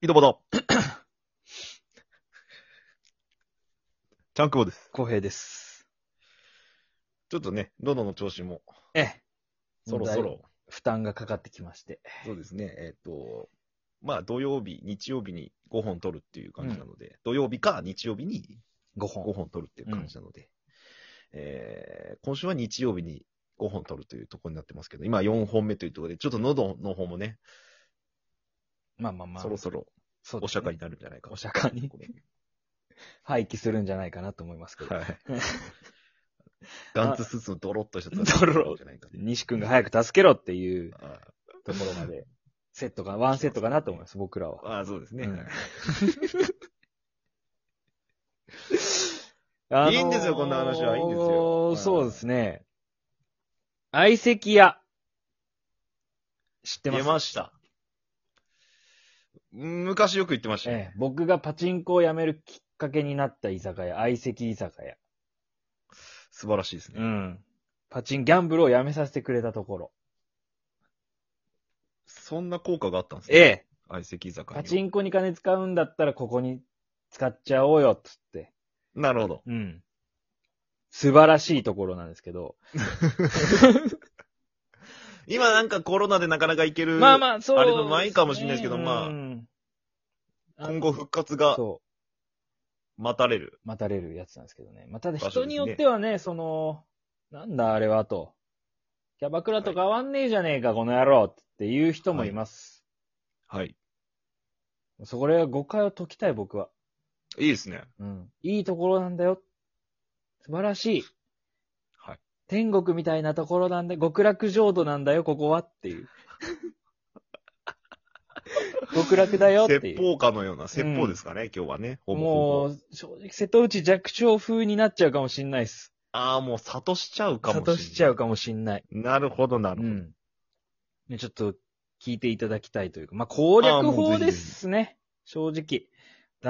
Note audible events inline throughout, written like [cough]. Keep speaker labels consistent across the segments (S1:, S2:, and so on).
S1: 井戸端。チャンクボです。
S2: 公平です。
S1: ちょっとね、喉の調子も、
S2: ええ。
S1: そろそ
S2: だいぶ
S1: ろ、
S2: 負担がかかってきまして。
S1: そうですね、えっ、と、まあ土曜日、日曜日に5本取るっていう感じなので、土曜日か日曜日に
S2: 5
S1: 5
S2: 本。
S1: 本取るっていう感じなので、えー今週は日曜日に5本取るというところになってますけど、今4本目というところで、ちょっと喉の方もね、
S2: まあまあまあ。
S1: そろそろ
S2: そう
S1: お
S2: ですね
S1: 釈迦になるんじゃないか。
S2: お釈迦に廃棄するんじゃないかなと思いますけど。 [laughs]
S1: はい。ガンツスーツのドロッとした
S2: ドロッ
S1: じゃないか。
S2: 西くんが早く助けろっていう [laughs]
S1: あ
S2: ところ
S1: [laughs]
S2: まで、セットか、ワンセットかなと思います、僕らは。
S1: ああ、そうですね。
S2: うん
S1: いいんですよこんな話はいいんですよはい
S2: そうですね。相席屋。知ってます
S1: 出ました。昔よく言ってました
S2: ええ
S1: ね。。
S2: 僕がパチンコをやめるきっかけになった居酒屋、相席居酒屋。
S1: 素晴らしいですね。
S2: ん。パチン、ギャンブルをやめさせてくれたところ。
S1: そんな効果があったんですね。
S2: ええ。
S1: 相席居酒屋には。
S2: パチンコに金使うんだったらここに使っちゃおうよ、つって。
S1: なるほど。
S2: うん。素晴らしいところなんですけど。
S1: 今なんかコロナでなかなか行ける。
S2: まあまあ、そう、
S1: あれのないかもしれないですけどまあ
S2: うん
S1: 今後復活が
S2: そ
S1: 待たれる。
S2: う、待たれるやつなんですけどね。まあ、ただ
S1: 場所です
S2: 人
S1: ね
S2: によってはね、その、なんだあれはと。キャバクラと変わんねえじゃねえか、この野郎っていう人もいます。
S1: はい。
S2: そこら誤解を解きたい僕は。
S1: いいですね。
S2: うん。いいところなんだよ。素晴らしい。
S1: はい。
S2: 天国みたいなところなんだ、極楽浄土なんだよ、ここはって
S1: [laughs]
S2: いう。極楽だよって
S1: 説
S2: いう。
S1: 法家のような説法ですかね、今日はね。ほぼ
S2: も
S1: ほぼ
S2: う、正直、瀬戸内弱小風になっちゃうかもしんないっす。
S1: ああ、もう悟しちゃうかもしれない。
S2: 悟しちゃうかもしんない。
S1: なるほど、なる
S2: う
S1: ほど。
S2: ん。ねちょっと、聞いていただきたいというか、まあ、攻
S1: あ
S2: 略
S1: ーもう
S2: 法
S1: ぜひぜ
S2: で
S1: ひ
S2: すね。正直。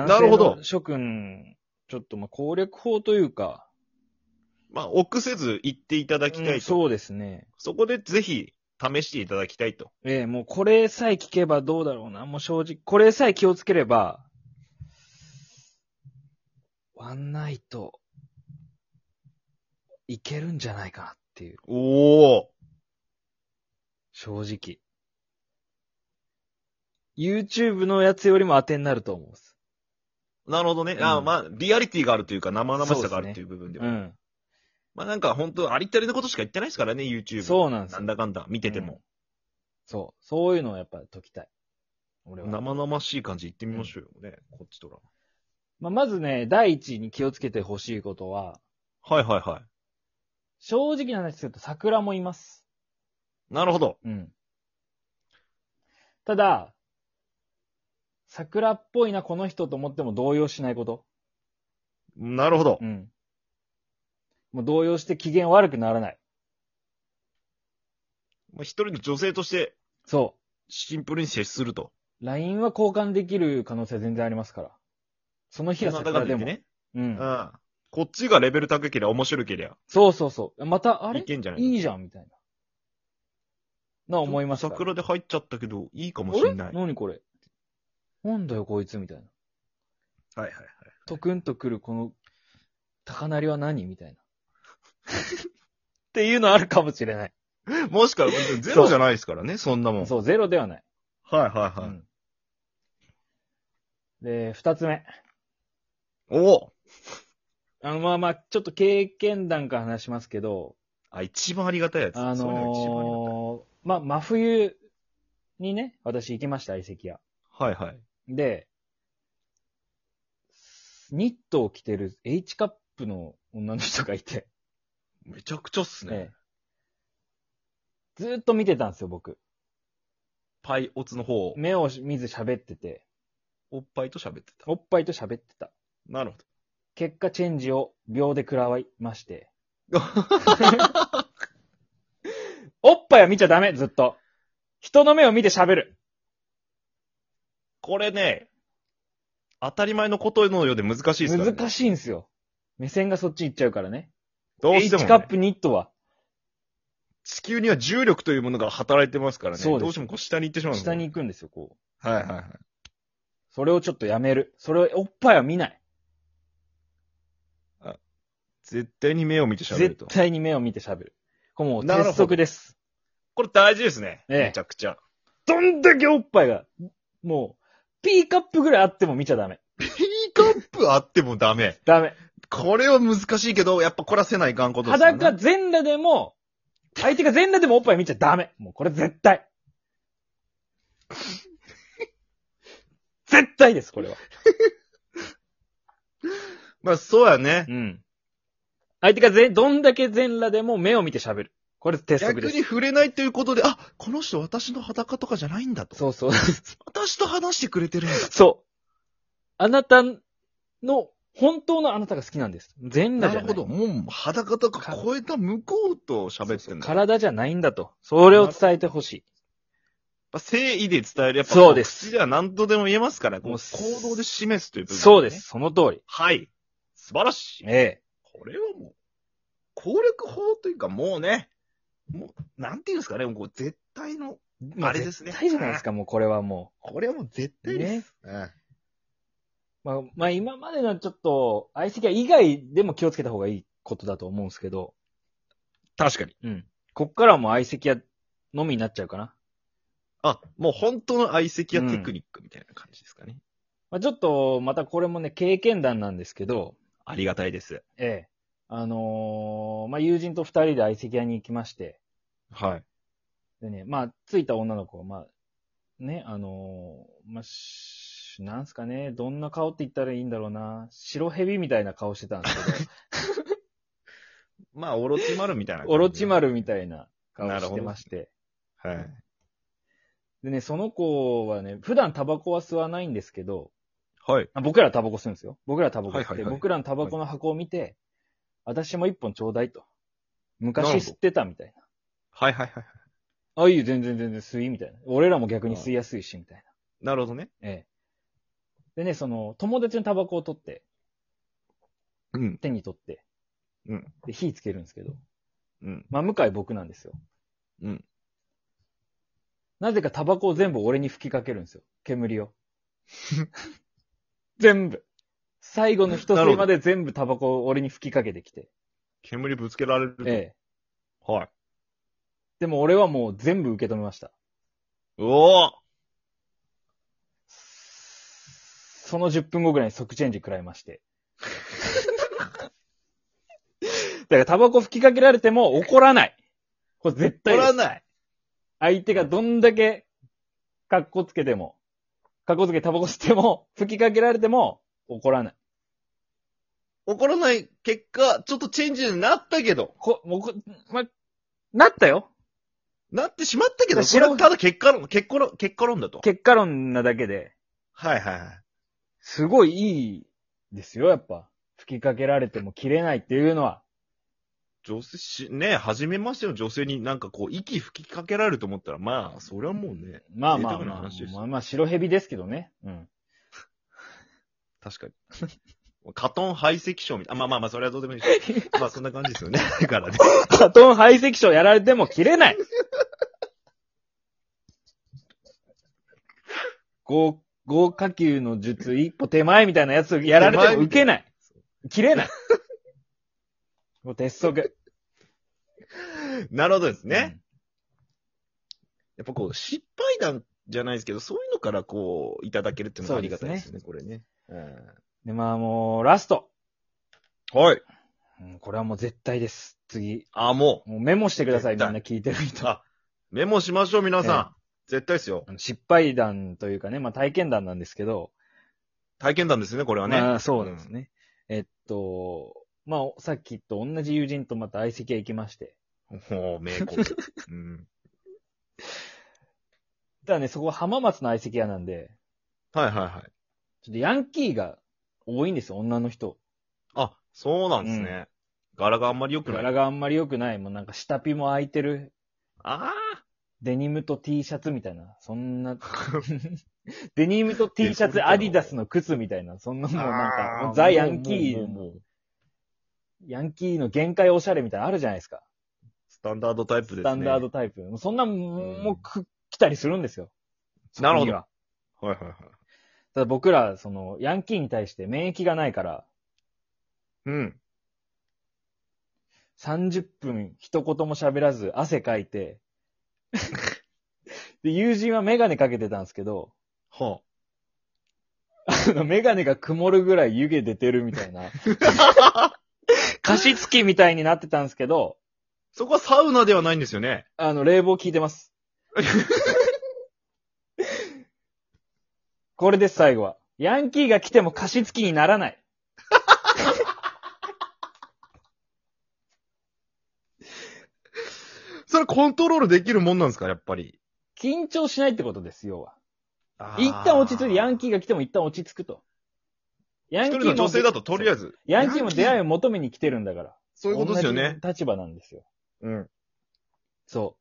S1: なるほど
S2: 男性の諸君、ちょっと、まあ、攻略法というか、
S1: まあ、臆せず行っていただきた
S2: う
S1: い
S2: ん
S1: と。
S2: そうですね。
S1: そこでぜひ試していただきたいと。
S2: ええ、もうこれさえ聞けばどうだろうな。もう正直、これさえ気をつければ、ワンナイト、いけるんじゃないかなっていう、
S1: おお。
S2: 正直。YouTube のやつよりも当てになると思うっす。
S1: なるほどね。
S2: ん
S1: あーまあ、リアリティがあるというか、生々しさがある
S2: そうですね
S1: という部分では。
S2: うん。
S1: まあなんか本当ありったりのことしか言ってないですからね、YouTube。
S2: そうなんです
S1: な
S2: よ
S1: んだかんだ見てて
S2: うん
S1: も。
S2: そう。そういうのをやっぱ解きたい。俺は。
S1: 生々しい感じ言ってみましょうよね、こっちとら。
S2: まあ、まずね、第一に気をつけてほしいことは、
S1: はいはいは
S2: 正直な話すると桜もいます。
S1: い。なるほど。
S2: うん。ただ、桜っぽいな、この人と思っても動揺しないこと。
S1: なるほど。
S2: ん。もう動揺して機嫌悪くならない。
S1: まあ、一人の女性として
S2: そ
S1: シンプルに接すると。
S2: う。LINE は交換できる可能性全然ありますから。その日は
S1: なんだかん
S2: 桜
S1: だ
S2: で
S1: 言っ
S2: も。
S1: てね。
S2: う。
S1: うんん。こっちがレベル高ければ面白けれ
S2: そうそうそう。また、あ
S1: ば、
S2: れ
S1: いけんじゃない
S2: いいじゃん、みたいな。な、思いました。
S1: 桜で入っちゃったけど、いいかも
S2: あ
S1: し
S2: れ
S1: んない。はい
S2: 何これなんだよ、こいつ、みたいな。
S1: はいはい。
S2: とくんとくるこの、高鳴りは何みたい [laughs] な。っていうのあるかもしれない。
S1: もしか、ゼロじゃないですからね、そんなもん。
S2: そう、ゼロではない。
S1: はいはいは
S2: う
S1: い。
S2: んで、二つ目。
S1: おお
S2: あの、まあまあ、ちょっと経験談から話しますけど、
S1: あ、一番ありがたいやつ。
S2: あ
S1: そういうのが一番ありが
S2: のー、まあ、真冬にね、私行きました、相席屋。
S1: たい。はいはい。
S2: で、ニットを着てる H カップの女の人がいて、
S1: めちゃくちゃっすね。
S2: ええずーっと見てたんですよ、僕。
S1: パイオツの方を、
S2: 目を見ず喋ってて、
S1: おっぱいと喋ってた。
S2: おっぱいと喋ってた。
S1: なるほ
S2: 結果、チェンジを秒で食らいまして。
S1: ど。
S2: おっぱいは見ちゃダメ、ずっと。人の目を見て喋る。
S1: [laughs] これね、当たり前のことのようで難しいですから、ね。
S2: 難しいんですよ。目線がそっち行っちゃうからね。
S1: どうしても、
S2: H カッ
S1: ね、
S2: プニットは、
S1: 地球には重力というものが働いてますからね。
S2: そうです
S1: どうしてもこう下に行ってしまうんです
S2: 下
S1: よ
S2: に。行くんですよ、こう。
S1: はいはいはい。
S2: それをちょっとやめる。それを、おっぱいは見ない。
S1: 絶対に目を見て喋る
S2: 絶
S1: と。
S2: 対に目を見て喋る。これもう
S1: なるほど
S2: 鉄則です。
S1: これ大事ですね。
S2: ええ
S1: めちゃくちゃ。
S2: どんだけおっぱいが、もう、ピーカップぐらいあっても見ちゃダメ。
S1: ピーカップあってもダメ。
S2: ダメ。
S1: これは難しいけど、やっぱ凝らせないかんことですよね。
S2: 裸全裸でも、相手が全裸でもおっぱい見ちゃダメ。もうこれ絶対。絶対です、これは。
S1: まあそうやね
S2: う。ん。相手が全、どんだけ全裸でも目を見て喋る。これ鉄則
S1: 逆
S2: で
S1: に
S2: す。
S1: 触れないということで、あ、この人私の裸とかじゃないんだと。
S2: そうそう。
S1: 私と話してくれてるんだ。
S2: そう。あなたの、本当のあなたが好きなんです。全裸
S1: な
S2: じゃな
S1: る
S2: い。
S1: ほど。もう裸とか超えた向こうと喋ってんだ。やっ
S2: 体じゃないんだと。それを伝えてほし
S1: ぱ誠意で伝える。やっぱ
S2: そうです
S1: 口では何とでも言えますから、こう
S2: もう
S1: 行動で示すという
S2: い。
S1: 部分、
S2: そうで。す。その通り。
S1: はい。素晴らしい。
S2: え
S1: これはもう、攻略法というかもうね、もう、なんていうんですかね、もうこう絶対の、
S2: え。
S1: あれですね
S2: 絶対じゃないですか、もうこれはもう。
S1: これはもう絶対です。うん
S2: まあ、まあ今までのちょっと、相席屋以外でも気をつけた方がいいことだと思うんですけど、
S1: 確かに。
S2: うん。こっからはもう相席屋のみになっちゃうかな。
S1: あ、もう本当の相席やテクニックみたいな感じですかね。
S2: まあちょっと、またこれもね、経験談なんですけど、
S1: ありがたいです。
S2: ええ。あのーまあ友人と二人で相席屋に行きまして、
S1: はい。
S2: でね、まあ着いた女の子は、まあ、ね、あのーまあし、なんすかね、どんな顔って言ったらいいんだろうな。白蛇みたいな顔してたんですけど、
S1: まあ、オロチマルみ
S2: [laughs]
S1: たいな感じで。
S2: オロチマルみたいな顔してまして、
S1: はい。
S2: でね、その子はね、普段タバコは吸わないんですけど、
S1: はい。
S2: あ僕らタバコ吸うんですよ。僕らタバコ吸って、
S1: はいはいはい
S2: 僕らのタバコの箱を見て、私も一本ちょうだいと。昔
S1: なるほど
S2: 吸ってたみたい
S1: はいはいはい。
S2: な。あ、いいよ、全然全然吸い、みたいな。俺らも逆に吸いやすいし、みたい
S1: なるほどね。
S2: な。ええ。でね、その、友達のタバコを取って、
S1: うん。
S2: 手に取って、
S1: うん。
S2: で、火つけるんですけど、
S1: うん。
S2: 真向かい僕なんですよ。
S1: うん。
S2: なぜかタバコを全部俺に吹きかけるんですよ。煙を。 [laughs] 全部。最後の一
S1: なる
S2: 吸
S1: ほ
S2: い
S1: ど
S2: まで全部タバコを俺に吹きかけてきて。
S1: 煙ぶつけられると。
S2: ええ。
S1: はい。
S2: でも俺はもう全部受け止めました。
S1: うおー
S2: その10分後ぐらいに即チェンジ食らい
S1: [laughs]
S2: まして。だからタバコ吹きかけられても怒らない。これ絶
S1: 取
S2: 対で
S1: ら
S2: す。
S1: ない。
S2: 相手がどんだけ格好つけても、格好つけてタバコ吸っても、 [laughs] 吹きかけられても怒らない。
S1: 怒らない結果、ちょっとチェンジになったけど、
S2: こ、もうこ、ま、なったよ。
S1: なってしまったけど、そ
S2: 白
S1: れはただ結果論、結果論、結果論だと。
S2: 結果論なだけで、
S1: はいはいはい。
S2: すごいいいですよ、やっぱ。吹きかけられても切れないっていうのは。
S1: 女性し、ね、初めましての女性になんかこう、息吹きかけられると思ったら、まあ、それはもうね、
S2: まあまあ
S1: 贅沢な
S2: まあ
S1: 話で、す
S2: まあまあ、白蛇ですけどね。うん。
S1: 確かに。カトン排斥症みたいな。あまあまあまあ、それはどうでもいいです。まあ、そんな感じですよね。 [laughs] だからね。
S2: カトン排斥症やられても切
S1: [laughs]
S2: れない豪、豪華球の術一歩手前みたいなやつやられても受けない。切
S1: [laughs]
S2: れない。もう鉄則。
S1: なるほどですね。やっぱこう、失敗談じゃないですけど、そういうのからこう、いただけるっていうのがありがたいですよね、これね。
S2: うん。で、まあもう、ラスト。
S1: はい。
S2: うんこれはもう絶対です。次。
S1: あ、も
S2: もうメモしてください、
S1: 絶
S2: み
S1: 対
S2: んな聞いてる人
S1: う。。あ、メモしましょう、皆さん。絶対ですよ
S2: あ。の失敗談というかね、まあ体験談なんですけど、
S1: 体験談ですね、これはね。
S2: まあ、そうですね。えっと、まあ、さっきと同じ友人とまた相席屋行きまして。
S1: うん。ほう、名工。
S2: [laughs]
S1: うん。
S2: ただね、そこは浜松の相席屋なんで、
S1: はいはいはい。
S2: ちょっとヤンキーが多いんですよ、女の人。
S1: あ、そうなんですね。柄があんまり良くない。
S2: 柄
S1: あ
S2: があんまり良くない。もうなんか下ピも開いてる。
S1: あ
S2: デニムと T シャツみたいな。そん
S1: [laughs]
S2: な。デニムと T シャツ、アディダスの靴みたいな。そんなもうなんか、もうザ・ヤンキ
S1: もうも
S2: ー、
S1: うもう
S2: ヤンキーの限界おしゃれみたいなのあるじゃないですか。
S1: スタンダードタイプですね。
S2: スタンダードタイプ。もうそんな、もうく、来たりするんですよ。
S1: なるほ
S2: 時に
S1: ど。
S2: は
S1: はいはいはい。
S2: ただ僕ら、その、ヤンキーに対して免疫がないから、
S1: うん。
S2: 30分一言も喋らず汗かいて、 [laughs] で、友人はメガネかけてたんですけど、 [laughs]
S1: は
S2: あのメガネが曇るぐらい湯気出てるみた
S1: [laughs]
S2: いな、
S1: あ。
S2: 加湿器みたいになってたんですけど、
S1: そこはサウナではないんですよね。
S2: あの、冷房効いてます。 [laughs] これです、最後は。ヤンキーが来ても加湿器にならない。
S1: それコントロールできるもんなんですか、やっぱり。
S2: 緊張しないってことです、要は。
S1: あー
S2: 一旦落ち着いて、ヤンキーが来ても一旦落ち着くと。ヤ
S1: 一
S2: ンキ
S1: 人
S2: ー
S1: の
S2: も
S1: 女性だととりあえず。
S2: ヤンキーも出会い
S1: い。
S2: を求めに来てるんだから。
S1: そういうことですよね。。
S2: 立場なんですよ。
S1: うん。
S2: そ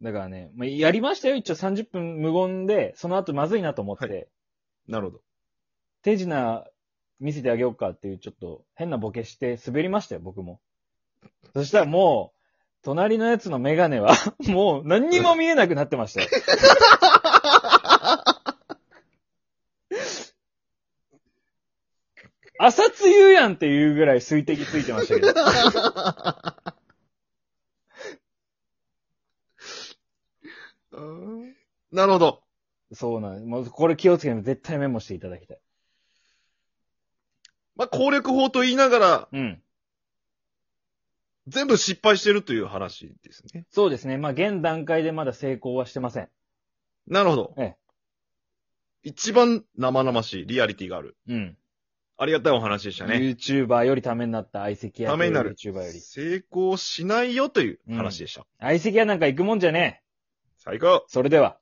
S2: う。だからね、まあ、やりましたよ、一応30分無言で、その後まずいなと思って、
S1: はなるほど。
S2: 手品見せてあげようかっていうちょっと変なボケして滑りましたよ、僕も。そしたらもう、隣のやつのメガネは、 [laughs] もう何にも見えなくなって
S1: [laughs]
S2: ましたよ。朝露やんっていうぐらい水滴ついてましたけど。
S1: なるほど。
S2: そうなんです。もうこれ気をつけて絶対メモしていただきたい。
S1: まあ、攻略法と言いながら、
S2: うん。
S1: 全部失敗してるという話ですね。
S2: そうですね。まあ、現段階でまだ成功はしてません。
S1: なるほど。
S2: ええ
S1: 一番生々しいリアリティがある。
S2: うん。
S1: ありがたいお話でしたね。
S2: YouTuber よりためになった相席屋
S1: ためになる
S2: YouTuber より。
S1: 成功しないよという話でした。
S2: 相席屋なんか行くもんじゃねえ。
S1: 最高
S2: それでは。